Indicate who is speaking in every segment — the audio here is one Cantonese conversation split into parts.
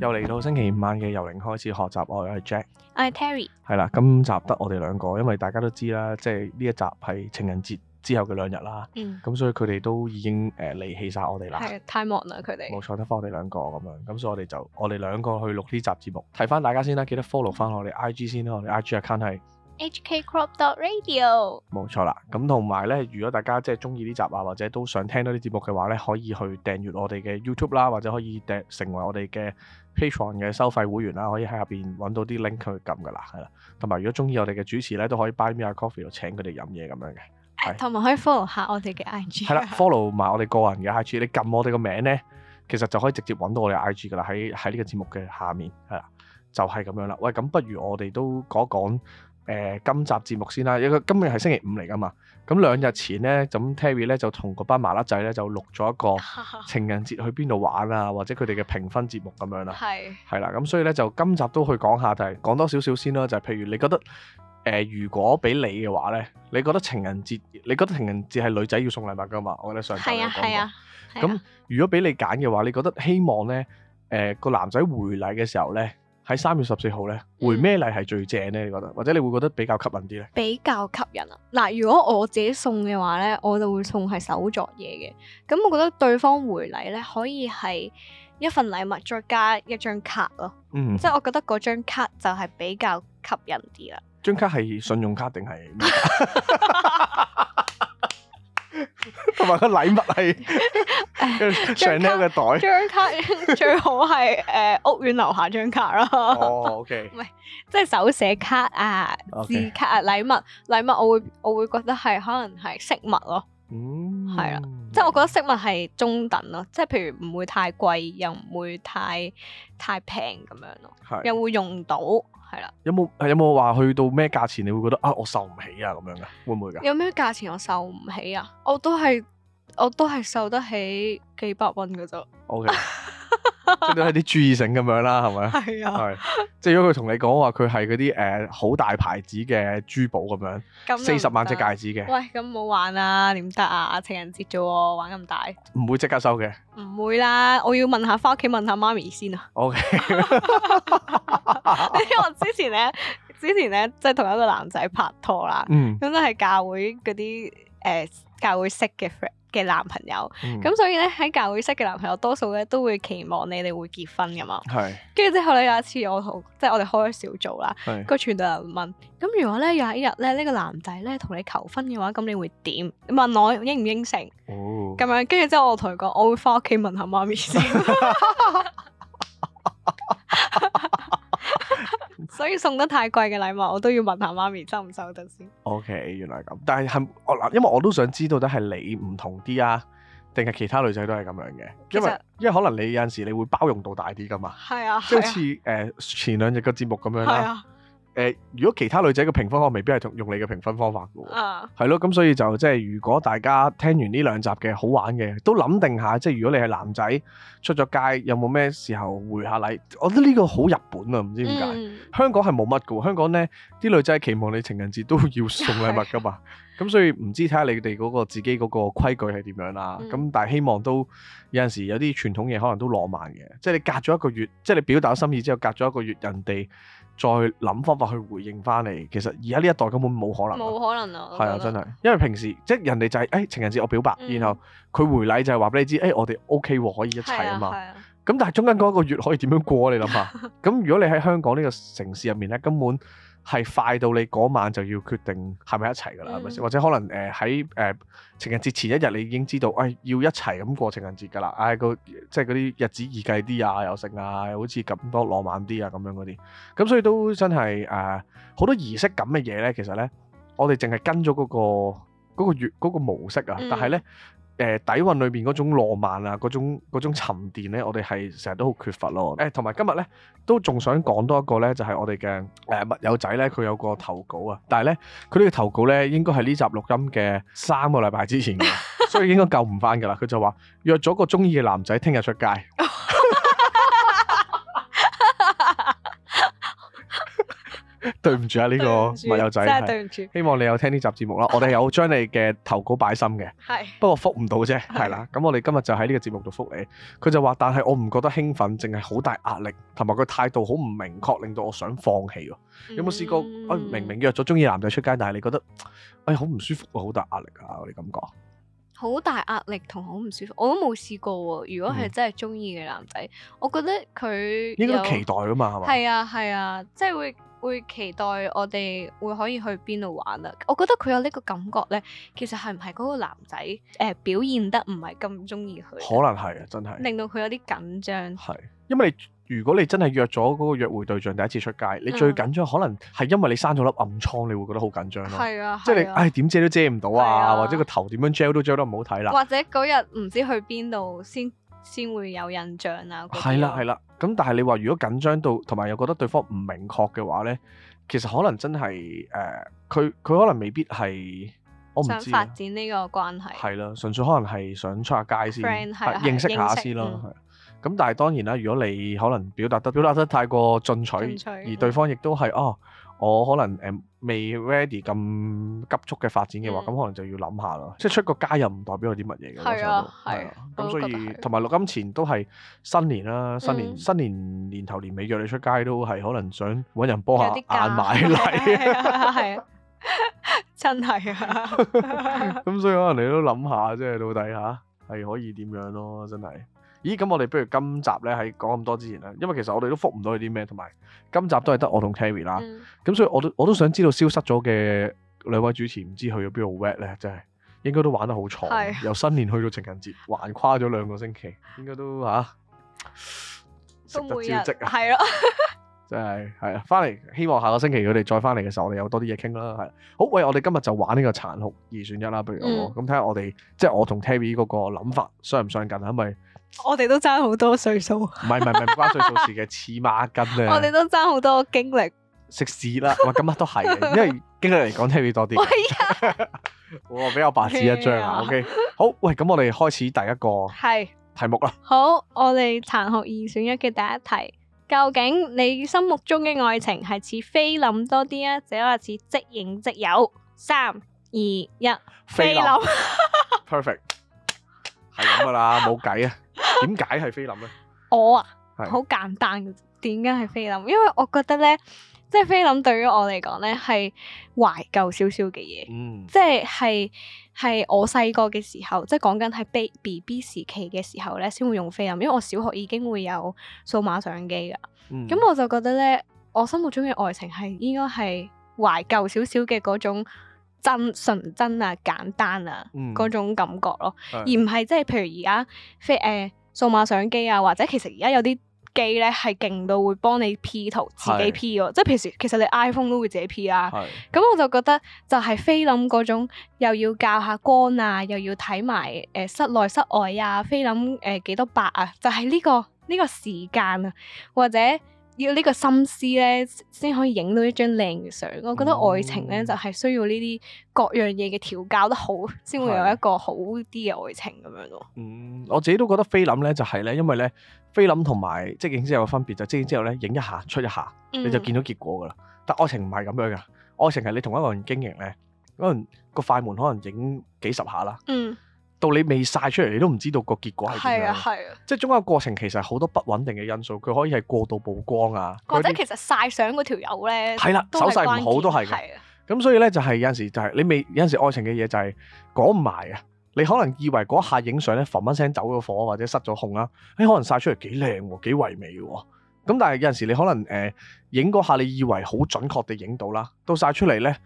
Speaker 1: 又嚟到星期五晚嘅由零開始學習愛，我係 Jack。
Speaker 2: 我係 Terry，
Speaker 1: 係啦，今集得我哋兩個，因為大家都知啦，即係呢一集係情人節之後嘅兩日啦，
Speaker 2: 嗯，
Speaker 1: 咁所以佢哋都已經誒、呃、離棄晒我哋啦。
Speaker 2: 係啊太忙啦佢哋
Speaker 1: 冇，錯，得翻我哋兩個咁樣，咁所以我哋就我哋兩個去錄呢集節目，提翻大家先啦，記得 follow 翻我哋 IG 先啦，我哋 IG account 係
Speaker 2: HK Crop Dot Radio，
Speaker 1: 冇錯啦。咁同埋咧，如果大家即係中意呢集啊，或者都想聽多啲節目嘅話咧，可以去訂閱我哋嘅 YouTube 啦，或者可以訂成為我哋嘅 Patreon 嘅收費會員啦，可以喺下邊揾到啲 link 去撳噶啦，係啦。同埋如果中意我哋嘅主持咧，都可以 Buy Me a Coffee 度請佢哋飲嘢咁樣嘅。係
Speaker 2: 哎同埋可以 follow 下我哋嘅 IG，
Speaker 1: 係啦，follow 埋我哋個人嘅 IG，你撳我哋個名咧，其實就可以直接揾到我哋 IG 噶啦，喺喺呢個節目嘅下面係啦，就係、咁樣啦。喂，咁不如我哋都講一講誒、呃今集節目先啦，因為今日係星期五嚟噶嘛，咁兩日前咧，咁 Terry 咧就同嗰班麻甩仔咧就錄咗一個情人節去邊度玩啊，或者佢哋嘅評分節目咁樣啦。
Speaker 2: 係
Speaker 1: 係啦，咁所以咧就今集都去講下，就係講多少少先啦。就係、譬如你覺得誒、呃如果俾你嘅話咧，你覺得情人節，你覺得情人節係女仔要送禮物噶嘛？我覺得上集
Speaker 2: 係
Speaker 1: 有
Speaker 2: 啊
Speaker 1: 講
Speaker 2: 係
Speaker 1: 過
Speaker 2: 啊。，係
Speaker 1: 咁
Speaker 2: 啊
Speaker 1: 如果俾你揀嘅話，你覺得希望咧誒個男仔回禮嘅時候咧，喺三月十四號咧回咩禮係最正咧？你覺得，或者你會覺得比較吸引啲咧？
Speaker 2: 比較吸引啊！嗱，如果我自己送嘅話咧，我就會送係手作嘢嘅，咁我覺得對方回禮咧可以係一份禮物再加一張卡咯，
Speaker 1: 嗯，
Speaker 2: 即係我覺得嗰張卡就係比較吸引啲啦。
Speaker 1: 張卡係信用卡定係咩？ 同埋個禮物 係
Speaker 2: 張
Speaker 1: Chanel 嘅袋。
Speaker 2: 張卡 最好係誒、呃屋苑樓下張卡啦。
Speaker 1: 哦，OK。
Speaker 2: 即係手寫卡啊、
Speaker 1: OK
Speaker 2: 字卡啊、禮物禮物，我會我會覺得係可能係飾物咯，
Speaker 1: 嗯，
Speaker 2: 係啦，即係我覺得飾物係中等咯，即係譬如唔會太貴，又唔會太太平咁樣咯，
Speaker 1: 係
Speaker 2: 又會用到係啦。
Speaker 1: 有冇有冇話去到咩價錢你會覺得啊我受唔起啊咁樣嘅，會唔會㗎？
Speaker 2: 有咩價錢我受唔起啊？我都係我都係受得起幾百蚊㗎咋，
Speaker 1: O K，即係都係啲注意性咁樣啦，係咪？
Speaker 2: 係啊，
Speaker 1: 係，即係如果佢同你講話佢係嗰啲誒呃好大牌子嘅珠寶咁樣，
Speaker 2: 咁又
Speaker 1: 四十萬隻
Speaker 2: 唔得
Speaker 1: 戒指嘅，
Speaker 2: 喂，咁冇玩啊，點得啊？情人節啫喎，玩咁大，
Speaker 1: 唔會即刻收嘅。
Speaker 2: 唔會啦，我要問下翻屋企問下媽咪先啊。
Speaker 1: O K，啊
Speaker 2: 因為我之前咧，之前咧即係同一個男仔拍拖啦，
Speaker 1: 嗯，
Speaker 2: 咁都係教會嗰啲誒教會識嘅 friend 嘅男朋友，
Speaker 1: 嗯
Speaker 2: 咁所以咧喺教會識嘅男朋友多數咧都會期望你哋會結婚噶嘛，
Speaker 1: 係
Speaker 2: 跟住之後咧有一次我同即係我哋開咗小組啦，
Speaker 1: 係
Speaker 2: 個傳道人問：咁如果咧有一日咧呢、個男仔咧同你求婚嘅話，咁你會點？問我應唔應承
Speaker 1: 哦
Speaker 2: 咁樣，跟住之後我同佢講，我會翻屋企問下媽咪先。 所以送得太貴嘅禮物，我都要問下媽咪收唔收得先。
Speaker 1: O K，原來係咁，但係係我嗱，因為我都想知道，得係你唔同啲啊，定係其他女仔都係咁樣嘅？因
Speaker 2: 其
Speaker 1: 為
Speaker 2: 實
Speaker 1: 因為可能你有陣時你會包容度大啲噶嘛。
Speaker 2: 係啊，
Speaker 1: 即係
Speaker 2: 係
Speaker 1: 好似
Speaker 2: 啊，
Speaker 1: 誒、呃前兩日個節目咁樣
Speaker 2: 係
Speaker 1: 啦。
Speaker 2: 啊，
Speaker 1: 誒、如果其他女仔嘅評分方法未必係同用你嘅評分方法嘅喎。
Speaker 2: 啊，
Speaker 1: 係咯，咁所以就即係如果大家聽完呢兩集嘅好玩嘅，都諗定下，即係如果你係男仔出咗街，有冇咩時候回下禮？我覺得呢個好日本啊，唔知點解。
Speaker 2: 嗯
Speaker 1: 香港係冇乜嘅喎，香港呢啲女仔期望你情人節都要送禮物噶 嘛，咁所以唔知睇下你哋嗰個自己嗰個規矩係點樣啦。
Speaker 2: 嗯
Speaker 1: 咁、但係希望都有陣時有啲傳統嘢可能都浪漫嘅，即係你隔咗一個月，即係你表達咗心意之後，隔咗一個月，人哋再諗方法去回應翻你。其實而家呢一代根本冇可能啊，
Speaker 2: 冇可能啊，我
Speaker 1: 係啊，
Speaker 2: 覺
Speaker 1: 真
Speaker 2: 得
Speaker 1: 係，因為平時即係人哋就係、誒、哎情人節我表白，
Speaker 2: 嗯
Speaker 1: 然後佢回禮就係話俾你知，誒、哎我哋 OK 喎，可以一齊啊嘛。
Speaker 2: 係啊，
Speaker 1: 咁但係中間嗰一個月可以點樣過啊？你諗下，咁如果你喺香港呢個城市入面咧，根本係快到你嗰晚就要決定係咪一齊㗎啦，係咪先？
Speaker 2: 嗯
Speaker 1: 或者可能誒喺誒情人節前一日你已經知道，誒、哎要一齊咁過情人節㗎啦，唉、個即係嗰啲日子易計啲啊，又剩啊，又好似咁多浪漫啲啊咁樣嗰啲，咁所以都真係呃誒好多儀式感嘅嘢咧，其實咧我哋淨係跟咗嗰、個嗰個月嗰、個模式啊，
Speaker 2: 嗯
Speaker 1: 但係咧誒底韻裏邊嗰種浪漫啊，嗰種嗰種沉澱咧，我哋係成日都好缺乏咯。誒，同埋今日咧都仲想講多一個咧，就係、我哋嘅誒密友仔咧，佢有個投稿啊，但係咧佢呢個投稿咧應該係呢集錄音嘅三個禮拜之前 嘅，所以應該救唔翻㗎啦。佢就話約咗個中意嘅男仔，聽日出街。 對唔住啊，呢、個
Speaker 2: 對唔住
Speaker 1: 密友仔
Speaker 2: 真
Speaker 1: 係
Speaker 2: 係對唔住，
Speaker 1: 希望你有聽呢集節目啦，我哋有將你嘅投稿擺心嘅，
Speaker 2: 係
Speaker 1: 不過覆唔到啫，係啦。咁我哋今日就喺呢個節目度覆你。佢就話，但係我唔覺得興奮，淨係好大壓力，同埋個態度好唔明確，令到我想放棄喎。有冇試過？哎，
Speaker 2: 嗯
Speaker 1: 明明約咗中意男仔出街，但係你覺得，哎，好唔舒服啊，好大壓力啊，我哋感覺。
Speaker 2: 好大壓力同好唔舒服，我都冇試過喎。如果係
Speaker 1: 嗯
Speaker 2: 真係中意嘅男仔，我覺得佢
Speaker 1: 應該都
Speaker 2: 有
Speaker 1: 期待噶嘛，係嘛？
Speaker 2: 係啊係啊，即係會會期待我哋會可以去邊度玩啊！我覺得佢有呢個感覺咧，其實係唔係嗰個男仔誒、呃表現得唔係咁中意
Speaker 1: 可
Speaker 2: 佢，
Speaker 1: 能係啊，真係
Speaker 2: 令到佢有啲緊張。
Speaker 1: 係，因為你如果你真係約咗嗰個約會對象第一次出街，你最
Speaker 2: 嗯
Speaker 1: 緊張可能係因為你生咗粒暗瘡，你會覺得好緊張咯。
Speaker 2: 係啊，
Speaker 1: 即係你
Speaker 2: 係啊
Speaker 1: 唉點遮都遮唔到
Speaker 2: 係
Speaker 1: 啊，
Speaker 2: 啊
Speaker 1: 或者個頭點樣 gel 都 gel 得唔好睇啦。
Speaker 2: 或者嗰日唔知去邊度先先會有印象啊。嗰啲
Speaker 1: 係啦係啦，咁但係你話如果緊張到，同埋又覺得對方唔明確嘅話呢，其實可能真係誒，呃佢、佢可能未必係我唔
Speaker 2: 想
Speaker 1: 知
Speaker 2: 發
Speaker 1: 啊，
Speaker 2: 展呢個關係。
Speaker 1: 係啦，純粹可能係想出下街先，
Speaker 2: Friend，係
Speaker 1: 係
Speaker 2: 係
Speaker 1: 認識下
Speaker 2: 認識
Speaker 1: 先咯。
Speaker 2: 嗯
Speaker 1: 係咁但係當然啦，如果你可能表達得表達得太過進取，
Speaker 2: 進取
Speaker 1: 而
Speaker 2: 嗯
Speaker 1: 對方亦都係哦，我可能誒、呃未 ready 咁急速嘅發展嘅話，
Speaker 2: 嗯
Speaker 1: 咁、可能就要諗下咯。即係出個街又唔代表有啲乜嘢嘅，
Speaker 2: 係啊
Speaker 1: 有時
Speaker 2: 係
Speaker 1: 候
Speaker 2: 啊
Speaker 1: 都咁
Speaker 2: 我都
Speaker 1: 所
Speaker 2: 覺得
Speaker 1: 以
Speaker 2: 係
Speaker 1: 同埋錄音前都係新年啦，新年、
Speaker 2: 嗯
Speaker 1: 新年年頭年尾約你出街都係可能想揾人幫下
Speaker 2: 有啲
Speaker 1: 眼買
Speaker 2: 係
Speaker 1: 禮，
Speaker 2: 啊，係啊，真係 啊，
Speaker 1: 咁所以可能你都諗下，即係到底嚇係可以點樣咯，真係。咦，咁我哋不如今集呢，喺講咁多之前咧，因為其實我哋都覆唔到佢啲咩，同埋今集都係得我同 Terry 啦。
Speaker 2: 嗯
Speaker 1: 咁所以我都我都想知道消失咗嘅兩位主持唔知去咗邊度 wet 咧，真係應該都玩得好
Speaker 2: 係
Speaker 1: 錯，由新年去到情人節，橫跨咗兩個星期，應該都吓、食
Speaker 2: 都
Speaker 1: 得
Speaker 2: 每日
Speaker 1: 招積啊！
Speaker 2: 係咯，
Speaker 1: 真係係啊，翻嚟希望下個星期佢哋再翻嚟嘅時候，我哋有多啲嘢傾啦。係好，喂，我哋今日就玩呢個殘酷二選一啦，不如我咁
Speaker 2: 嗯
Speaker 1: 睇下我哋即係我同 Terry 嗰個諗法相唔相近啊？因為
Speaker 2: 我哋都爭好多歲數，
Speaker 1: 唔係唔啊係唔係唔關歲數事嘅，黐孖筋
Speaker 2: 我哋
Speaker 1: 咧，
Speaker 2: 都爭好多經歷。
Speaker 1: 食屎啦！哇，咁啊都係嘅，因為經歷嚟講 Terry 多啲
Speaker 2: 喂
Speaker 1: 嘅。，我比較白紙一張啊。
Speaker 2: 咩
Speaker 1: OK，好，喂，咁我哋開始第一個
Speaker 2: 係
Speaker 1: 題目啦。
Speaker 2: 好，我哋殘酷二選一嘅第一題，究竟你心目中嘅愛情係似菲林多啲啊，定係似即影即有？三二一，菲林，
Speaker 1: ，perfect，係咁噶啦，冇計啊。點解係菲林咧？
Speaker 2: 我啊。好
Speaker 1: 係
Speaker 2: 簡單嘅，點解係菲林？因為我覺得咧，即係菲林對於我嚟講咧係懷舊少少嘅嘢，
Speaker 1: 嗯
Speaker 2: 即係係係我細個嘅時候，即係講緊係 B B B 時期嘅時候咧，先會用菲林，因為我小學已經會有數碼相機噶，
Speaker 1: 嗯，
Speaker 2: 咁我就覺得咧，我心目中嘅愛情係應該係懷舊少少嘅嗰種真純真啊、簡單啊
Speaker 1: 嗯
Speaker 2: 嗰種感覺咯。
Speaker 1: 係
Speaker 2: 而唔係即係譬如而家飛誒數碼相機啊，或者其實而家有啲機咧係勁到會幫你 P 圖，自己
Speaker 1: 係
Speaker 2: P 喎。即係平時其實你 iPhone 都會自己 P 啊啦。
Speaker 1: 係
Speaker 2: 咁我就覺得就係菲林嗰種，又要校下光啊，又要睇埋誒室內室外啊，菲林誒幾多百啊，就係、呢、個呢、個時間啊，或者要呢個心思咧，先可以影到一張靚嘅相。我覺得愛情咧、
Speaker 1: 嗯
Speaker 2: 就係需要呢啲各樣嘢嘅調教得好，先會有
Speaker 1: 係
Speaker 2: 一個好啲嘅愛情咁樣咯。
Speaker 1: 嗯，我自己都覺得菲林咧就係咧，因為咧菲林同埋即影之後嘅分別就即影之後咧影一下出一下，
Speaker 2: 嗯
Speaker 1: 你就見到結果噶啦。但愛情唔係咁樣噶，愛情係你同一個人經營咧，可能個快門可能影幾十下啦，
Speaker 2: 嗯，
Speaker 1: 到你未晒出嚟，你都唔知道個結果係
Speaker 2: 係
Speaker 1: 點
Speaker 2: 啊，
Speaker 1: 樣。
Speaker 2: 係啊，
Speaker 1: 即係中間個過程其實好多不穩定嘅因素，佢可以係過度曝光啊，
Speaker 2: 或者
Speaker 1: 佢啲
Speaker 2: 其實晒相嗰條友咧，
Speaker 1: 係啦
Speaker 2: 都係
Speaker 1: 手勢唔
Speaker 2: 關
Speaker 1: 好都
Speaker 2: 鍵
Speaker 1: 係嘅
Speaker 2: 係啊，
Speaker 1: 咁所以咧就係、有陣時就係、你未有陣時愛情嘅嘢就係講唔埋啊！你可能以為嗰下影相咧，嘭一聲走咗火或者失咗控啦，誒、可能晒出嚟幾靚喎，幾唯美喎。咁但係有陣時你可能誒影嗰下，你以為好準確地影到啦，到晒出嚟咧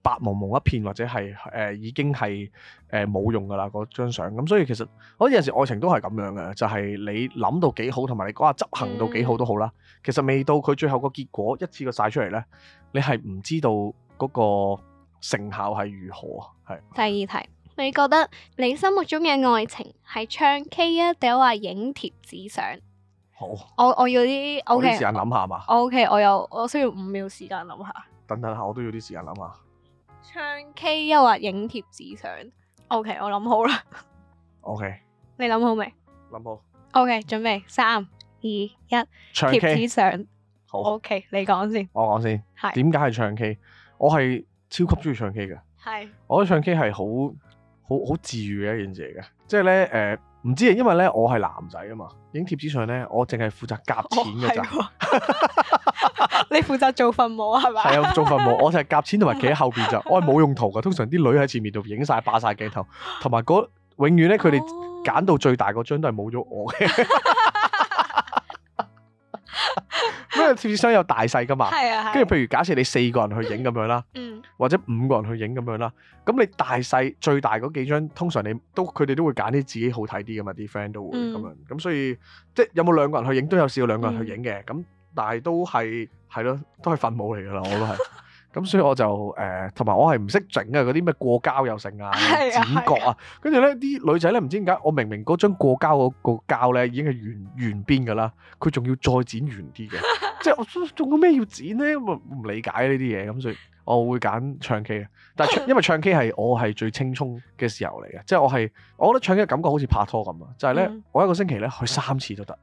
Speaker 1: 白蒙蒙一片，或者係誒、呃已經係誒冇用噶啦嗰張相。咁所以其實我覺得有陣時愛情都係咁樣嘅，就係、你諗到幾好，同埋你嗰下執行到幾好都好啦。其實未到佢最後個結果一次過晒出嚟咧，你係唔知道嗰個成效係如何啊。係
Speaker 2: 第二題，你覺得你心目中嘅愛情係唱 K 啊，定係話影貼紙相？
Speaker 1: 好，
Speaker 2: 我我要啲
Speaker 1: 我啲
Speaker 2: OK，哦
Speaker 1: 時間諗下嘛，
Speaker 2: 我 OK，我有我需要五秒時間諗下。
Speaker 1: 等等下我都要啲時間諗下。
Speaker 2: 唱 K 又或影貼紙相？OK，我諗好啦，
Speaker 1: OK，
Speaker 2: 你諗好未
Speaker 1: 諗好
Speaker 2: ？OK，準備三二一，貼
Speaker 1: 唱
Speaker 2: 紙
Speaker 1: K，
Speaker 2: 相。
Speaker 1: 好，我
Speaker 2: OK，你講先，
Speaker 1: 講先，
Speaker 2: 係
Speaker 1: 點解係唱 K？我係超級中意唱 K 嘅。
Speaker 2: 係
Speaker 1: 我覺得唱 K 係好好好治愈嘅一件事嚟嘅，即係咧誒，唔知啊，因為咧我係男仔啊嘛，影貼紙上咧我淨係負責夾錢嘅咋，
Speaker 2: 哦係喎 你負責做墳墓係 咪？
Speaker 1: 係啊做墳墓，我就係夾錢同埋企喺後邊咋，我係冇用途嘅，通常啲女喺前面度影晒霸晒 鏡頭，同埋嗰永遠咧佢哋
Speaker 2: 哦
Speaker 1: 揀到最大嗰張都係冇咗我嘅， 因為貼紙箱有大細噶嘛，
Speaker 2: 係啊，
Speaker 1: 跟
Speaker 2: 住
Speaker 1: 住譬如假設你四個人去影咁樣啦。
Speaker 2: 嗯
Speaker 1: 或者五個人去影咁樣啦。咁你大細最大嗰幾張，通常你都佢哋都會揀啲自己好睇啲噶嘛，啲 friend 都會
Speaker 2: 嗯
Speaker 1: 咁樣。咁所以即係有冇兩個人去影，都有試過兩個人去影
Speaker 2: 嗯
Speaker 1: 嘅。咁、但係都係係咯，都係墳墓嚟噶啦，我都係。 咁所以我就誒，同、埋我係唔識整啊，嗰啲咩過膠又剩啊，
Speaker 2: 係啊
Speaker 1: 剪角啊，跟住咧啲女仔咧唔知點解，我明明嗰張過膠嗰個膠咧已經係圓圓邊噶啦，佢仲要再剪圓啲嘅，即係我做做咩要剪咧？我唔理解呢啲嘢，咁所以我會揀唱 K 啊。但係 唱因為唱 K 係我係最青葱嘅時候嚟嘅，即係我係我覺得唱 K 嘅感覺好似拍拖咁啊，就係咧
Speaker 2: 嗯
Speaker 1: 我一個星期咧去三次都得，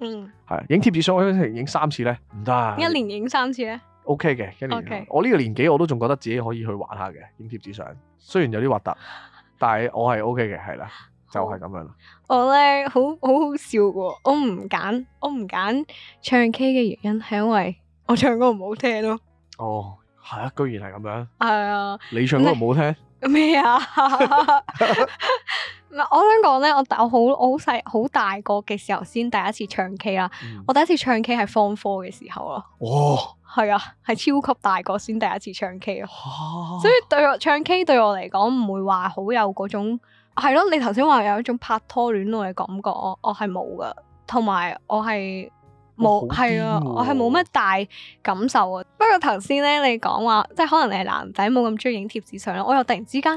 Speaker 2: 嗯，
Speaker 1: 係啊影貼紙相，我一個星期影三次咧唔得啊，
Speaker 2: 一年影三次咧，
Speaker 1: O K 嘅，一年啊
Speaker 2: OK
Speaker 1: 我呢個年紀我都仲覺得自己可以去玩下嘅，影貼紙相，雖然有啲核突，但係我係 O K 嘅，係啦，就係、咁樣啦。
Speaker 2: 我咧好好好笑嘅喎，我唔揀我唔揀唱 K 嘅原因係因為我唱歌唔好聽咯，
Speaker 1: 哦，係啊，居然係咁樣，
Speaker 2: 係啊。
Speaker 1: 你唱歌唔好聽，
Speaker 2: 咩啊？ 唔係，我想講咧，我大我好我好細好大個嘅時候先第一次唱 K 啦。
Speaker 1: 嗯
Speaker 2: 我第一次唱 K 係 form four 嘅時候咯，
Speaker 1: 哦，
Speaker 2: 係啊，係超級大個先第一次唱 K 咯。
Speaker 1: 嚇
Speaker 2: 所以對我唱 K 對我嚟講唔會話好有嗰種係咯，你頭先話有一種拍拖戀愛嘅感覺，我我係冇噶，同埋我係冇
Speaker 1: 哇好
Speaker 2: 係啊，
Speaker 1: 癲喎
Speaker 2: 我係冇乜大感受啊。不過頭先咧你講話，即係可能你係男仔冇咁中意影貼紙相啦，我又突然之間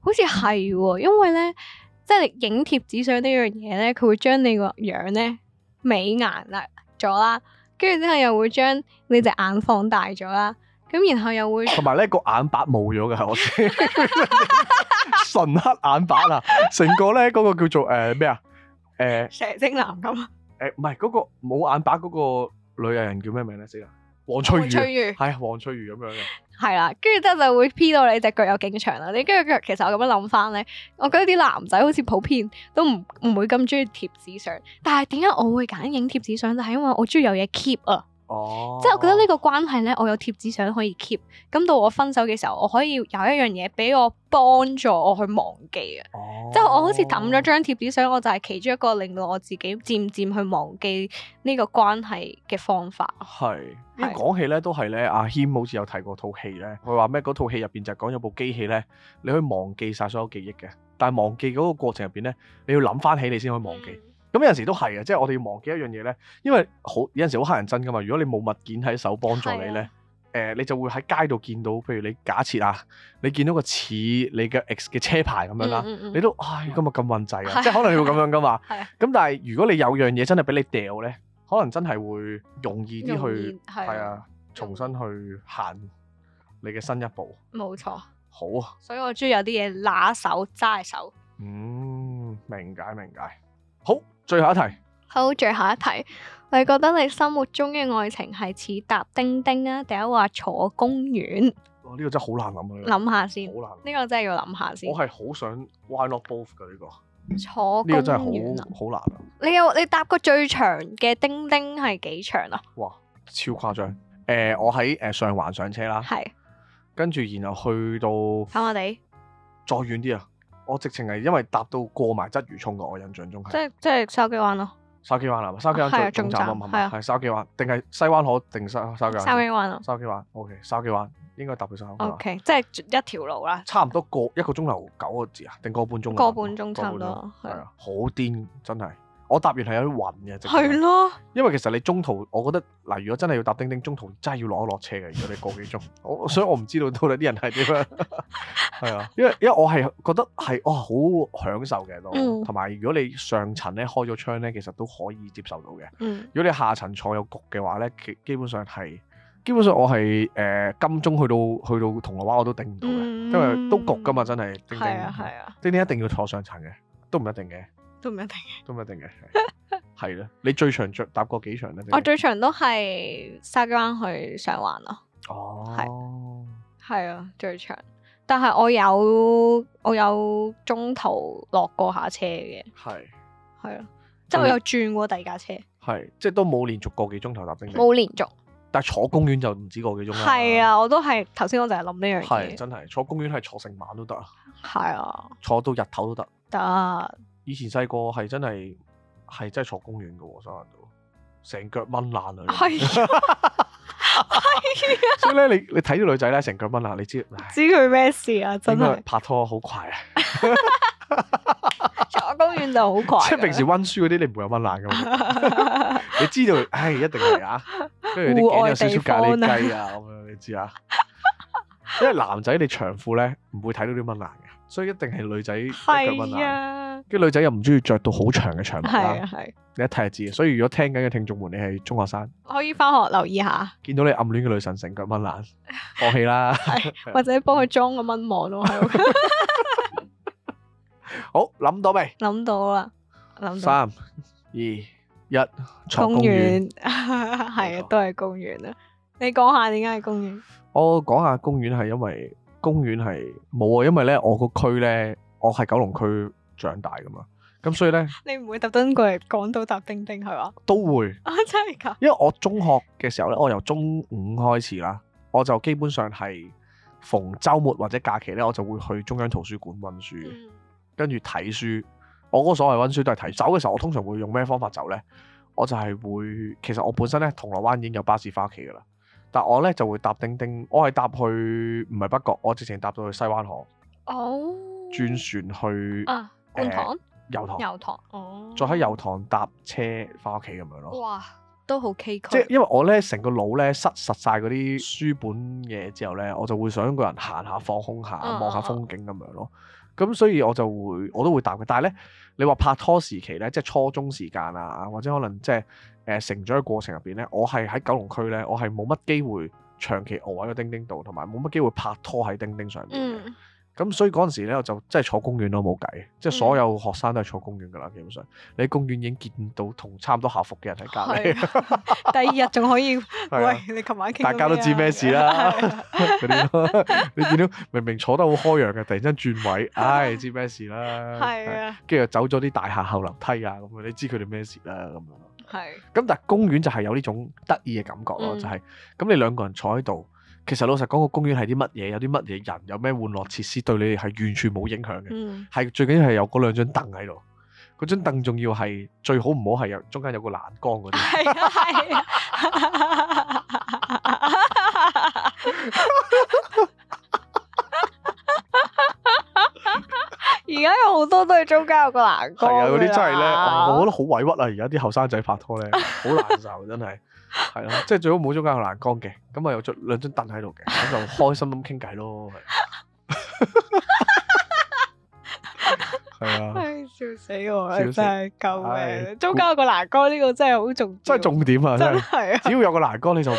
Speaker 2: 好似係喎，因為咧即係你影貼紙相呢樣嘢咧，佢會將你個樣咧美顏啦咗啦，跟住之後又會將你隻眼放大咗啦，咁然後又會。
Speaker 1: 同埋咧個眼白冇咗嘅，我先純黑眼白啊，成個咧嗰、個叫做誒咩啊誒
Speaker 2: 蛇精男咁，
Speaker 1: 誒唔係嗰個冇眼白嗰個女藝人叫咩名咧？死啦，黃翠如啊，
Speaker 2: 翠如
Speaker 1: 係啊，黃翠如咁樣嘅。
Speaker 2: 係啦，跟住之後就會 P 到你隻腳有幾長啦。你跟住其實我咁樣諗翻咧，我覺得啲男仔好似普遍都唔唔會咁中意貼紙相，但係點解我會揀影貼紙相？就係、因為我中意有嘢 keep 啊，
Speaker 1: 哦，
Speaker 2: 即係我覺得呢個關係咧，我有貼紙相可以 keep，咁到我分手嘅時候，我可以有一樣嘢俾我幫助我去忘記啊。
Speaker 1: 哦，
Speaker 2: 即係我好似抌咗張貼紙相，我就係其中一個令到我自己漸漸去忘記呢個關係嘅方法。
Speaker 1: 係，因為
Speaker 2: 係
Speaker 1: 講起咧都係咧，阿軒好似有睇過套戲咧，佢話咩嗰套戲入邊就係講有部機器咧，你可以忘記晒所有記憶嘅，但係忘記嗰個過程入邊咧，你要諗翻起你先可以忘記。
Speaker 2: 嗯
Speaker 1: 咁有陣時都係啊嘅，即係我哋要忘記一樣嘢咧，因為好有陣時好乞人憎噶嘛。如果你冇物件喺手幫助你
Speaker 2: 係
Speaker 1: 咧
Speaker 2: 啊，
Speaker 1: 誒、你就會喺街度見到，譬如你假設啊，你見到個似你嘅 X 嘅車牌咁樣啦，
Speaker 2: 嗯嗯嗯
Speaker 1: 你都唉今日咁運滯
Speaker 2: 係
Speaker 1: 啊，
Speaker 2: 啊
Speaker 1: 即係可能你會咁樣噶嘛。
Speaker 2: 係啊
Speaker 1: 咁但係如果你有樣嘢真係俾你掉咧，可能真係會容易啲
Speaker 2: 容
Speaker 1: 去
Speaker 2: 易係啊
Speaker 1: 係啊，重新去行你嘅新一步。
Speaker 2: 冇錯。
Speaker 1: 好啊，
Speaker 2: 所以我中意有啲嘢拿手揸手。
Speaker 1: 嗯，明解明解。好，最後一題。
Speaker 2: 好，最後一題，你覺得你心目中嘅愛情係似搭叮叮啊，定係話坐公園？
Speaker 1: 哇！呢、個真係好難諗啊，
Speaker 2: 諗下先，呢
Speaker 1: 好難諗。
Speaker 2: 個真係要諗下先
Speaker 1: 我。係好想 why not both 嘅呢、個，
Speaker 2: 坐
Speaker 1: 呢、
Speaker 2: 公
Speaker 1: 個真係
Speaker 2: 園啊！
Speaker 1: 好好難啊！
Speaker 2: 你有你搭過最長嘅叮叮係幾長啊？
Speaker 1: 哇，超誇張！誒、我喺誒、上環上車啦，
Speaker 2: 係
Speaker 1: 跟住然後去到
Speaker 2: 跑馬地，
Speaker 1: 再遠啲啊！我直情係因為搭到過埋鰂魚涌嘅，我印象中
Speaker 2: 即
Speaker 1: 係
Speaker 2: 係即係筲箕灣咯，
Speaker 1: 筲箕灣啊，筲箕
Speaker 2: 係啊
Speaker 1: 灣最總站啊，
Speaker 2: 總站
Speaker 1: 唔係唔
Speaker 2: 係啊
Speaker 1: 係係筲箕灣，定係西灣河定筲筲箕
Speaker 2: 筲
Speaker 1: 灣？啊
Speaker 2: 箕灣咯。
Speaker 1: 筲箕灣，OK，筲箕灣應該搭到筲箕灣，
Speaker 2: OK，即係一條路啦。
Speaker 1: 差唔多個一個鐘頭九個字啊，定個半鐘啊？
Speaker 2: 個半
Speaker 1: 個
Speaker 2: 鐘差唔多
Speaker 1: 係
Speaker 2: 係啊
Speaker 1: 啊，好癲真係！我答完係有啲暈嘅，直頭啊
Speaker 2: 係咯，
Speaker 1: 因為其實你中途，我覺得嗱，如果真係要搭叮叮，中途真係要落一落車嘅。如果你個幾鐘， 我所以我唔知道到底啲人係點樣， 係啊，因為因為我係覺得係哦好享受嘅都，
Speaker 2: 嗯
Speaker 1: 同埋、如果你上層咧開咗窗咧，其實都可以接受到嘅。
Speaker 2: 嗯，
Speaker 1: 如果你下層坐有焗嘅話咧，基基本上係基本上我係誒、呃金鐘去到去到銅鑼灣我都頂唔到嘅，因為都焗噶嘛，真係叮叮，
Speaker 2: 嗯係啊係啊，
Speaker 1: 叮叮一定要坐上層嘅，都唔一定嘅，
Speaker 2: 都唔一定。
Speaker 1: 都唔一定嘅，係係啦。你最長着搭過幾長 咧？
Speaker 2: 我最長都係沙灣去上環咯。
Speaker 1: 哦，
Speaker 2: 係啊，最長。但係我有我有中途落過下車嘅，
Speaker 1: 係
Speaker 2: 係啊，即係我有轉過第二架車，
Speaker 1: 係，即係都冇連續個幾鐘頭搭叮叮，
Speaker 2: 冇連續。
Speaker 1: 但係坐公園就唔止個幾鐘啦。
Speaker 2: 係，啊，我都係頭先我就係諗呢樣
Speaker 1: 係
Speaker 2: 嘢，
Speaker 1: 真係坐公園係坐成晚都得啊，
Speaker 2: 係啊，
Speaker 1: 坐到日頭都得。
Speaker 2: 得
Speaker 1: 以前細個係真係係真係坐公園嘅喎，沙灣度成腳掹爛啊！你
Speaker 2: 係啊
Speaker 1: 所以咧，你你睇啲女仔咧成腳掹爛，你知唉
Speaker 2: 知佢咩事啊？真
Speaker 1: 應該
Speaker 2: 係
Speaker 1: 拍拖好快啊！
Speaker 2: 坐公園就好快㗎，
Speaker 1: 即係平時温書嗰啲你唔會有掹爛噶嘛， 你知 道唉一定係啊，跟住啲頸有少少咖喱雞啊咁樣，你知啊？因為男仔你長褲咧唔會睇到啲掹爛嘅，所以一定係女仔一腳掹
Speaker 2: 係
Speaker 1: 爛。
Speaker 2: 啊，
Speaker 1: 跟住女仔又唔中意着到好長嘅長襪
Speaker 2: 係啊
Speaker 1: 啦，
Speaker 2: 係，
Speaker 1: 你一睇就知。所以如果聽緊嘅聽眾們，你係中學生。
Speaker 2: 可以翻學留意下，
Speaker 1: 見到你暗戀嘅女神成腳蚊爛，放棄啦。啊
Speaker 2: 係或者幫佢裝個蚊 網咯，喺度
Speaker 1: 好，諗到未？
Speaker 2: 諗到啦，諗到
Speaker 1: 三、二、一，坐
Speaker 2: 公
Speaker 1: 公園。
Speaker 2: 園 係
Speaker 1: 冇
Speaker 2: 啊
Speaker 1: 錯，
Speaker 2: 都係公園啊。你講下點解係公園？
Speaker 1: 我講下公園係因為公園係冇啊，因為咧我個區咧，我係九龍區長大噶嘛，咁所以咧
Speaker 2: 你唔會特登過嚟港島搭叮叮係嘛？
Speaker 1: 都會，
Speaker 2: 啊真係㗎，
Speaker 1: 因為我中學嘅時候咧，我由中五開始啦，我就基本上係逢週末或者假期咧，我就會去中央圖書館温書嘅。
Speaker 2: 嗯
Speaker 1: 跟住睇書。我嗰個所謂温書都係睇。走嘅時候，我通常會用咩方法走呢？我就係會，其實我本身呢，銅鑼灣已經有巴士翻屋企噶啦，但我呢就會搭叮叮，我係搭去唔係北角，我直情搭到去西灣河，
Speaker 2: 哦，
Speaker 1: 轉船去
Speaker 2: 啊，觀塘、
Speaker 1: 油塘，
Speaker 2: 油塘，哦，
Speaker 1: 再喺油塘搭車翻屋企咁樣咯。
Speaker 2: 哇，都好崎嶇，
Speaker 1: 即係因為我呢成個腦呢塞實晒嗰啲書本嘢之後呢，我就會想個人行下放空下，啊
Speaker 2: 嗯
Speaker 1: 望下
Speaker 2: 嗯
Speaker 1: 風景咁樣咯。咁所以我就會我都會答嘅。但係呢，你話拍拖時期呢，即係初中時間啊，或者可能即係誒成長嘅過程入邊呢，我係喺九龍區呢，我係冇乜機會長期熬喺個叮叮度，同埋冇乜機會拍拖喺叮叮上面嘅。
Speaker 2: 嗯，
Speaker 1: 咁所以嗰陣時咧，我就真係坐公園咯，冇計。即係
Speaker 2: 嗯
Speaker 1: 所有學生都係坐公園噶啦，基本上你喺公園已經見到同差唔多校服嘅人喺隔離，
Speaker 2: 係，第二日仲可以，
Speaker 1: 係啊
Speaker 2: 喂，你琴晚傾
Speaker 1: 大家都知咩事啦
Speaker 2: 咗咩啊
Speaker 1: 嗰啲咯。 你見到明明坐得好開揚嘅，突然間轉位，唉，知咩事啦？
Speaker 2: 係啊，
Speaker 1: 跟住又走咗啲大廈後樓梯啊，咁樣你知佢哋咩事啦，咁樣咯。
Speaker 2: 係，
Speaker 1: 咁但係公園就係有呢種得意嘅感覺咯，
Speaker 2: 嗯
Speaker 1: 就係咁你兩個人坐喺度，其實老實講個公園係啲乜嘢，有啲乜嘢人，有咩玩樂設施對你哋係完全冇影響嘅。
Speaker 2: 嗯，
Speaker 1: 係最緊要係有嗰兩張凳喺度，嗰張凳仲要係最好唔好係有中間有個欄杆嗰啲，
Speaker 2: 係啊，係啊。而家有好多都係中間有個欄杆
Speaker 1: 係啊嗰啲真係咧，
Speaker 2: 㗎
Speaker 1: 我我覺得好委屈啊！而家啲後生仔拍 拖咧，好難受真係，係咯，即係最好冇中間有欄杆嘅，咁啊有張兩張凳喺度嘅，咁就開心咁傾偈咯，係係啊，
Speaker 2: 唉，笑死我啦！
Speaker 1: 笑
Speaker 2: 真
Speaker 1: 死
Speaker 2: 係救
Speaker 1: 唉
Speaker 2: 命！中間有個欄杆呢個真係好重要，
Speaker 1: 真係重點啊，真
Speaker 2: 真
Speaker 1: 係，
Speaker 2: 係啊，
Speaker 1: 只要有個欄杆你就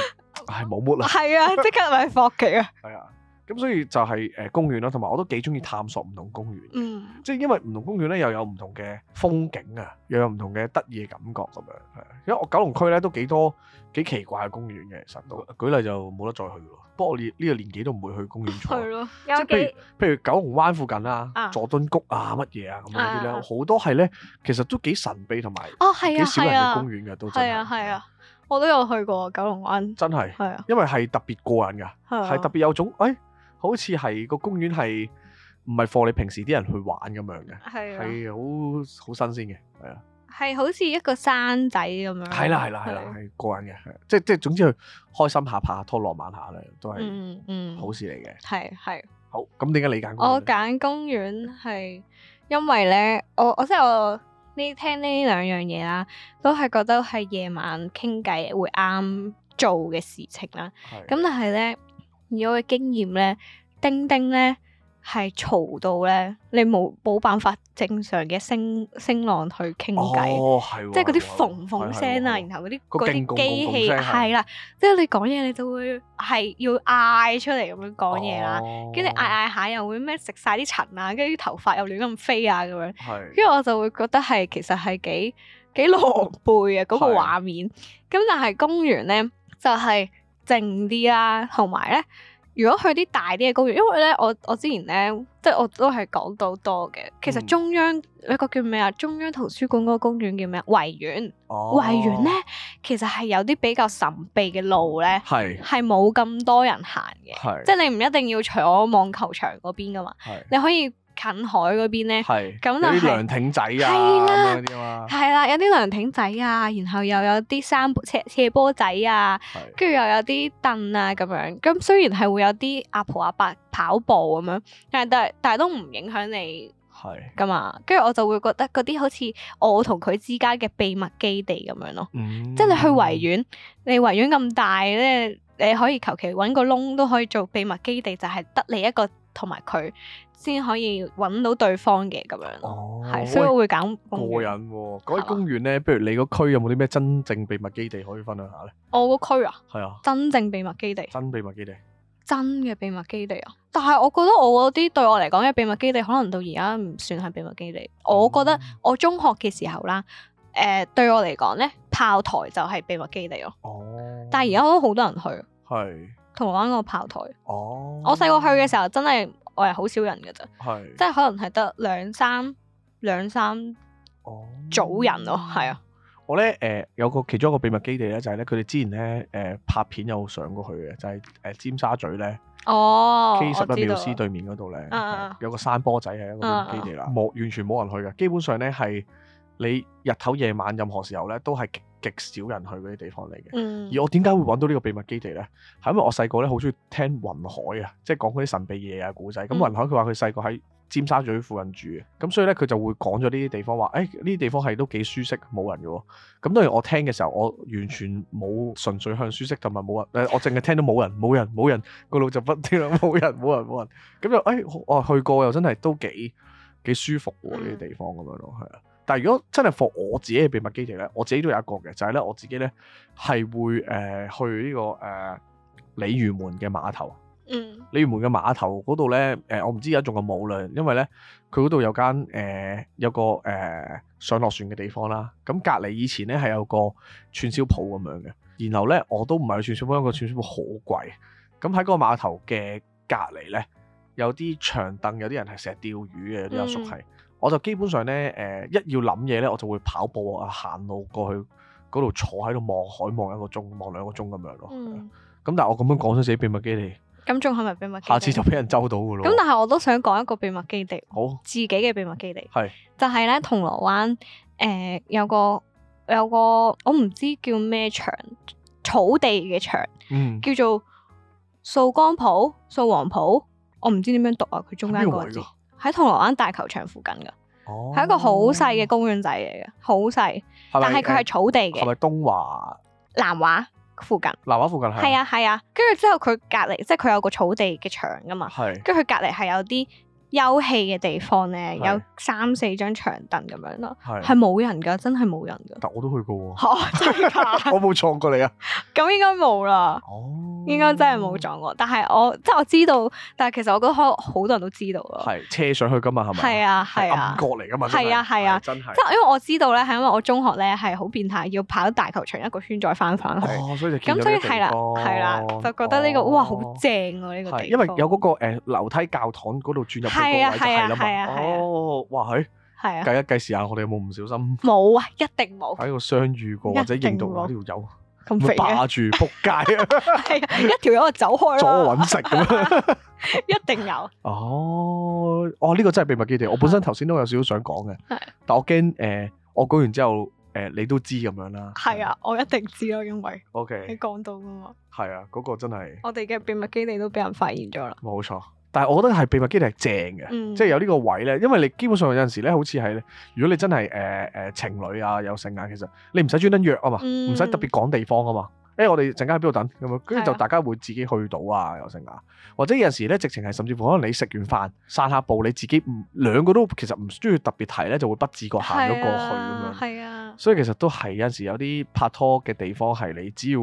Speaker 1: 唉冇 mood 啦。
Speaker 2: 係啊，即刻咪放棄啊！
Speaker 1: 係啊，咁所以就係誒公園啦，同埋我都幾中意探索唔同公園，
Speaker 2: 嗯，
Speaker 1: 即係因為唔同公園咧又有唔同嘅風景啊，又有唔同嘅得意嘅感覺咁樣。係啊，因為我九龍區咧都幾多幾奇怪嘅公園嘅，其實 都舉例就冇得再去咯。不過我呢呢個年紀都唔會去公園坐啊
Speaker 2: 係。咯，
Speaker 1: 即
Speaker 2: 有
Speaker 1: 係譬
Speaker 2: 幾
Speaker 1: 如譬如九龍灣附近啊
Speaker 2: 啊、
Speaker 1: 佐敦谷啊、乜嘢啊咁樣嗰啲咧，
Speaker 2: 啊啊
Speaker 1: 好多係咧，其實都幾神秘同埋
Speaker 2: 哦，係
Speaker 1: 幾
Speaker 2: 啊，
Speaker 1: 少
Speaker 2: 係
Speaker 1: 人嘅
Speaker 2: 啊
Speaker 1: 公，園嘅都真
Speaker 2: 係啊，係，啊，我都有去過九龍灣，
Speaker 1: 真係，
Speaker 2: 係啊，
Speaker 1: 因為係特別過癮㗎。係
Speaker 2: 係啊
Speaker 1: 特別有種，誒、好似係個公園係唔係放你平時啲人去玩咁樣嘅，
Speaker 2: 係啊，
Speaker 1: 係好好新鮮嘅，係啊，
Speaker 2: 係好似一個山仔咁樣。
Speaker 1: 係啦係啦係啦，係過癮嘅，係即即總之佢開心下、拍下拖、浪漫下咧，都係
Speaker 2: 嗯嗯，
Speaker 1: 好事嚟嘅。
Speaker 2: 係係。
Speaker 1: 好，咁點解你揀公園
Speaker 2: 我
Speaker 1: 呢？
Speaker 2: 揀公園係因為咧，我我即係我呢聽呢兩樣嘢啦，都係覺得係夜晚傾偈會啱做嘅事情啦。
Speaker 1: 係
Speaker 2: 咁但係咧，以我嘅經驗咧，叮叮咧係嘈到咧，你冇冇辦法正常嘅聲聲浪去傾偈。
Speaker 1: 哦，係喎，
Speaker 2: 即係嗰啲
Speaker 1: 係喎
Speaker 2: 縫縫聲啊，
Speaker 1: 係喎係喎
Speaker 2: 然後嗰啲
Speaker 1: 個
Speaker 2: 嗰
Speaker 1: 勁
Speaker 2: 啲
Speaker 1: 共
Speaker 2: 機
Speaker 1: 共
Speaker 2: 器
Speaker 1: 聲係啊
Speaker 2: 係啦，即係你講嘢你就會係要嗌出嚟咁樣講嘢啦，
Speaker 1: 哦
Speaker 2: 跟住嗌嗌下又會咩食晒啲塵啊，跟住啲頭髮又亂咁飛啊咁樣，
Speaker 1: 係
Speaker 2: 跟住我就會覺得係其實係幾幾狼狽啊嗰個
Speaker 1: 係
Speaker 2: 畫面。咁但係公園咧就係靜啲啦，同埋咧。如果去啲大啲嘅公園，因為咧我我之前咧即係我都係講到多嘅，其實
Speaker 1: 嗯
Speaker 2: 中央有一個叫咩啊？中央圖書館嗰個公園叫咩啊？維園。
Speaker 1: 哦
Speaker 2: 維園咧，其實係有啲比較神秘嘅路咧，
Speaker 1: 係
Speaker 2: 係冇咁多人行嘅，
Speaker 1: 係
Speaker 2: 即係你唔一定要除我望球場嗰邊噶嘛，
Speaker 1: 係
Speaker 2: 你可以近海嗰邊咧，
Speaker 1: 係
Speaker 2: 咁
Speaker 1: 有
Speaker 2: 就
Speaker 1: 啲
Speaker 2: 係
Speaker 1: 涼亭仔啊
Speaker 2: 係
Speaker 1: 咁
Speaker 2: 啦
Speaker 1: 樣嗰啲啊嘛，
Speaker 2: 係啦，有啲涼亭仔啊，然後又有啲山坡斜斜坡仔啊，
Speaker 1: 係
Speaker 2: 跟住又有啲凳啊咁樣，咁雖然係會有啲阿婆阿伯跑步咁樣，但係但係但係都唔影響你
Speaker 1: 係
Speaker 2: 噶嘛，跟住我就會覺得嗰啲好似我同佢之間嘅秘密基地咁樣咯。
Speaker 1: 嗯
Speaker 2: 即係你去維園，你維園咁大咧，你可以求其揾個窿都可以做秘密基地，就係、得你一個同埋佢先可以揾到對方嘅咁樣咯。
Speaker 1: 哦，
Speaker 2: 係、所以我會揀
Speaker 1: 過
Speaker 2: 公園。
Speaker 1: 癮喎！講
Speaker 2: 係
Speaker 1: 起
Speaker 2: 嘛
Speaker 1: 公園咧，不如你個區有冇啲咩真正秘密基地可以分享下咧？
Speaker 2: 我個區啊，
Speaker 1: 係啊，
Speaker 2: 真正秘密基地，
Speaker 1: 真秘密基地
Speaker 2: 真嘅秘密基地啊！但係我覺得我嗰啲對我嚟講嘅秘密基地，可能到而家唔算係秘密基地。我覺得
Speaker 1: 嗯
Speaker 2: 我中學嘅時候啦，誒、對我嚟講咧，炮台就係秘密基地咯。
Speaker 1: 哦，
Speaker 2: 但係而家都好多人去
Speaker 1: 係
Speaker 2: 銅鑼灣嗰個炮台。
Speaker 1: 哦，
Speaker 2: 我細個去嘅時候真係我係好少人嘅咋，
Speaker 1: 候係
Speaker 2: 即係可能係得兩三兩三
Speaker 1: 哦
Speaker 2: 組人咯，係啊，
Speaker 1: 我咧誒、呃有個其中一個秘密基地咧，就係咧佢哋之前咧誒、呃拍片有上過去嘅，就係、呃尖沙咀咧
Speaker 2: 哦，
Speaker 1: K 十
Speaker 2: 我
Speaker 1: 一
Speaker 2: 知
Speaker 1: 秒
Speaker 2: 道
Speaker 1: 師對面嗰度咧
Speaker 2: 啊啊啊，
Speaker 1: 有個山坡仔係一個秘密基地啦，冇完全冇人去嘅，基本上咧係你日頭夜晚任何時候咧都係極極少人去嗰啲地方嚟嘅。
Speaker 2: 嗯，
Speaker 1: 而我點解會揾到呢個秘密基地呢？係因為我細個咧好中意聽雲海啊，即係講嗰啲神秘嘢啊、古仔。咁
Speaker 2: 嗯
Speaker 1: 雲海佢話佢細個喺尖沙咀附近住嘅，咁所以呢，佢就會講咗呢啲地方話，誒哎呢啲地方係都幾舒適，冇人嘅喎。咁當然我聽嘅時候，我完全冇純粹向舒適同埋冇人，誒我淨係聽到冇人、冇人、冇人，個腦就不斷啦，冇人、冇人、冇人。咁就誒我去過又真係都幾幾舒服喎呢啲地方咁樣咯，係啊。但係如果真係 for 我自己嘅秘密基地咧，我自己都有一個嘅，就係、呢，咧我自己咧係會誒、呃去呢、個誒、呃鯉魚門嘅碼頭。
Speaker 2: 嗯
Speaker 1: 鯉魚門嘅碼頭嗰度咧，誒、我唔知而家仲有冇啦，因為咧佢嗰度有間誒、呃有個誒、呃上落船嘅地方啦。咁隔離以前咧係有個串燒鋪咁樣嘅，然後咧我都唔係去串燒鋪，因為個串燒鋪好貴。咁喺個碼頭嘅隔離咧，有啲長凳，有啲人係成日釣魚嘅，有啲阿叔係。我就基本上咧，誒、一要諗嘢咧，我就會跑步啊，行路過去嗰度坐喺度望海，望一個鐘，望兩個鐘咁樣咯。咁、
Speaker 2: 嗯，
Speaker 1: 但係我咁樣講咗自己秘密基地。
Speaker 2: 咁仲係咪秘密基地？
Speaker 1: 下次就俾人周到噶咯。
Speaker 2: 咁，但係我都想講一個秘密基地，
Speaker 1: 好
Speaker 2: 自己嘅秘密基地
Speaker 1: 係
Speaker 2: 就係咧銅鑼灣誒有個有個我唔知叫咩場草地嘅場，
Speaker 1: 嗯，
Speaker 2: 叫做掃光埔、掃黃埔，我唔知點樣讀啊，佢中間
Speaker 1: 邊
Speaker 2: 嗰個
Speaker 1: 位
Speaker 2: 字
Speaker 1: 㗎
Speaker 2: 喺銅鑼灣大球場附近㗎。
Speaker 1: 哦
Speaker 2: 係一個好細嘅，公園仔嚟嘅，好細，
Speaker 1: 係咪
Speaker 2: 但係佢係草地
Speaker 1: 誒係咪
Speaker 2: 嘅，
Speaker 1: 東華
Speaker 2: 南華附近，
Speaker 1: 南華附近係？
Speaker 2: 係，啊係啊，跟住之後佢隔離，即係佢有個草地嘅場噶嘛，
Speaker 1: 係
Speaker 2: 跟住佢隔離係有啲休憩嘅地方咧，
Speaker 1: 係
Speaker 2: 有三四張長凳咁樣咯，係
Speaker 1: 係，
Speaker 2: 冇人噶，真係冇人 噶，
Speaker 1: 但我都去過喎，
Speaker 2: 哦真 係 㗎，
Speaker 1: 我冇撞過你啊。
Speaker 2: 咁應該冇啦。
Speaker 1: 哦，
Speaker 2: 應該真係冇。撞過，但係我即係我知道，但係其實我覺得可能好多人都知道咯。
Speaker 1: 係車上去噶嘛，係咪？
Speaker 2: 係啊係啊
Speaker 1: 暗角嚟噶嘛，真
Speaker 2: 係啊係啊
Speaker 1: 真係
Speaker 2: 即。係因為我知道咧，係因為我中學咧係好變態，要跑大球場一個圈再翻返去。
Speaker 1: 哦，所以就見
Speaker 2: 咁
Speaker 1: 咗
Speaker 2: 所以
Speaker 1: 呢個
Speaker 2: 係啦，
Speaker 1: 地方
Speaker 2: 係啦，就覺得呢個
Speaker 1: 哦
Speaker 2: 哇好正喎呢
Speaker 1: 係
Speaker 2: 個地
Speaker 1: 因為
Speaker 2: 方
Speaker 1: 有嗰個誒樓梯教堂嗰度轉入去嗰個
Speaker 2: 係啊
Speaker 1: 位就係啦
Speaker 2: 係啊係啊
Speaker 1: 嘛。
Speaker 2: 係啊
Speaker 1: 哦，哇，係
Speaker 2: 係啊，
Speaker 1: 計一計時間，我哋有冇唔小心
Speaker 2: 冇啊，一定冇
Speaker 1: 喺度相遇過或者
Speaker 2: 一定
Speaker 1: 認到哇
Speaker 2: 喎
Speaker 1: 呢條友
Speaker 2: 咁
Speaker 1: 咪
Speaker 2: 肥啊嘅，
Speaker 1: 霸住仆街啊！
Speaker 2: 係啊，一條友就走 開
Speaker 1: 阻啊我
Speaker 2: 啦，
Speaker 1: 揾食咁 樣。
Speaker 2: 一定有，
Speaker 1: 哦，哦，呢、個真係秘密基地。我本身頭先都有少少想講嘅
Speaker 2: 啊係，
Speaker 1: 但我驚誒、呃我講完之後誒、呃你都知咁樣啦。
Speaker 2: 係啊，我一定知咯，因為
Speaker 1: ，O
Speaker 2: 你
Speaker 1: K，
Speaker 2: 講到噶嘛，
Speaker 1: 係啊，嗰、個真係
Speaker 2: 我哋嘅秘密基地都俾人發現咗啦，
Speaker 1: 冇錯。但係我覺得係秘密基地係正嘅，
Speaker 2: 嗯
Speaker 1: 即係有呢個位咧，因為你基本上有陣時咧，好似係如果你真係誒誒情侶啊有性啊，其實你唔使專登約啊嘛，
Speaker 2: 嗯
Speaker 1: 唔使、特別講地方啊嘛。誒、我哋陣間喺邊度等咁樣，跟住
Speaker 2: 係
Speaker 1: 就
Speaker 2: 啊
Speaker 1: 大家會自己去到啊，有性啊，或者有陣時咧，直情係甚至乎可能你食完飯散下步，你自己唔兩個都其實唔需要特別提咧，就會不自覺行咗過去咁樣。
Speaker 2: 係啊，
Speaker 1: 所以其實都係有陣時有啲拍拖嘅地方係你只要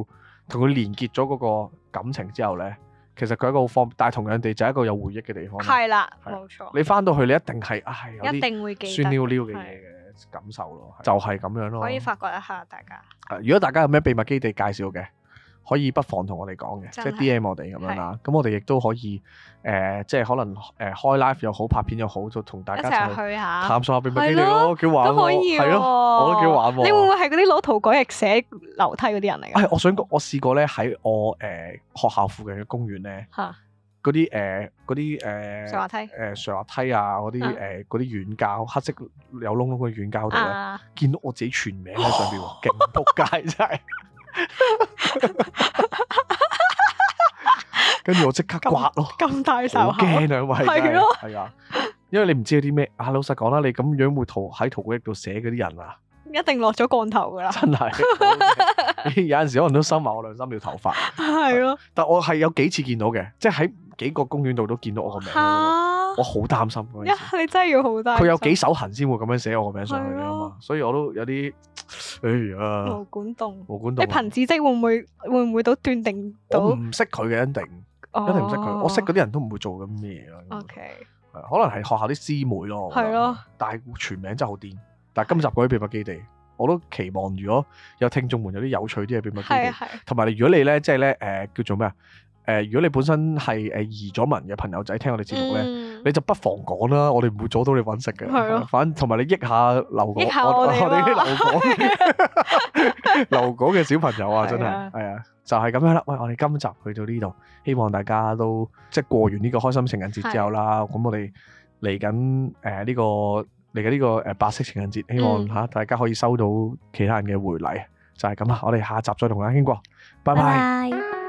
Speaker 1: 同佢連結咗嗰個感情之後呢，其實佢係一個好方便，但係同樣地就係一個有回憶嘅地方啦。
Speaker 2: 係啦，
Speaker 1: 係
Speaker 2: 冇錯，
Speaker 1: 你翻到去你一定係啊係有
Speaker 2: 一
Speaker 1: 啲
Speaker 2: 定會記
Speaker 1: 酸
Speaker 2: 得，
Speaker 1: 溜溜嘅嘢嘅感受咯，就係咁樣咯。
Speaker 2: 可以發掘一下大家。
Speaker 1: 啊如果大家有咩秘密基地介紹嘅，可以不妨同我哋講嘅，即
Speaker 2: 真
Speaker 1: 係
Speaker 2: 係
Speaker 1: D M 我哋咁樣啦。咁我哋亦都可以誒、呃即係可能誒、呃、開 live 又好，拍片又好，就同大
Speaker 2: 一
Speaker 1: 家
Speaker 2: 齊
Speaker 1: 一
Speaker 2: 去
Speaker 1: 齊去
Speaker 2: 下
Speaker 1: 探索下秘密基地咯，幾玩
Speaker 2: 都可
Speaker 1: 喎，
Speaker 2: 以
Speaker 1: 係咯，我都幾玩喎。
Speaker 2: 你會唔會係嗰啲攞塗改液寫樓梯嗰啲人嚟
Speaker 1: 唉
Speaker 2: 㗎？，
Speaker 1: 我想講，我試過咧喺我誒、呃、學校附近嘅公園咧，
Speaker 2: 嚇，
Speaker 1: 嗰啲誒嗰啲誒
Speaker 2: 上滑梯
Speaker 1: 誒上滑梯啊，嗰啲
Speaker 2: 嗯
Speaker 1: 誒嗰啲軟膠黑色有窿窿嘅軟膠度咧，
Speaker 2: 啊！
Speaker 1: 見到我自己全名 喺上邊喎，勁仆街真係。跟住我即刻刮咯，
Speaker 2: 咁大仇
Speaker 1: 好
Speaker 2: 口，
Speaker 1: 驚啊！喂，
Speaker 2: 係
Speaker 1: 真係
Speaker 2: 咯
Speaker 1: 係啊，因為你唔知有啲咩啊。老實講啦，你咁樣會塗喺塗改液度寫嗰啲人啊，
Speaker 2: 一定落咗降頭㗎啦，
Speaker 1: 真 係有陣時可能都收埋我兩三條頭髮。
Speaker 2: 係咯
Speaker 1: 但我係有幾次見到嘅，即係喺幾個公園度都見到我個名，
Speaker 2: 嚇
Speaker 1: 我！好擔心嗰陣時。
Speaker 2: 一你真係要好大，
Speaker 1: 佢有幾手痕先會咁樣寫我個名上去㗎
Speaker 2: 係
Speaker 1: 嘛
Speaker 2: 咯，
Speaker 1: 所以我都有啲，哎呀
Speaker 2: 毛，管動？
Speaker 1: 冇管
Speaker 2: 你
Speaker 1: 到。
Speaker 2: 憑字跡會唔會會唔會都斷定到？哦
Speaker 1: 我唔識佢嘅，一定一定唔識佢。我識嗰啲人都唔會做咁咩咯。
Speaker 2: O K，
Speaker 1: 係可能係學校啲師妹咯。我覺得
Speaker 2: 哦係咯，
Speaker 1: 但係全名真係好癲。但係今集嗰啲秘密基地，我都期望如果有聽眾們有啲有趣啲嘅秘密基
Speaker 2: 係啊
Speaker 1: 地。
Speaker 2: 係啊，
Speaker 1: 同埋你，如果你咧，即係咧，誒、叫做咩啊？誒、如果你本身係誒移咗民嘅朋友仔，聽我哋節目咧，
Speaker 2: 嗯
Speaker 1: 你就不妨講啦，我哋唔會阻到你揾食嘅。
Speaker 2: 係咯
Speaker 1: 反同埋你益下留港，
Speaker 2: 益下我哋啦
Speaker 1: 哋啲留港 留港嘅小朋友啊，
Speaker 2: 係啊
Speaker 1: 真係係啊，就係咁樣啦。喂，我哋今集去到呢度，希望大家都即係過完呢個開心情人節之後啦，咁我哋嚟緊誒呢個嚟緊呢個誒白色情人節，希望
Speaker 2: 嗯
Speaker 1: 嚇大家可以收到其他人嘅回禮，就係咁啦。我哋下集再同大家傾過，拜拜。
Speaker 3: 拜。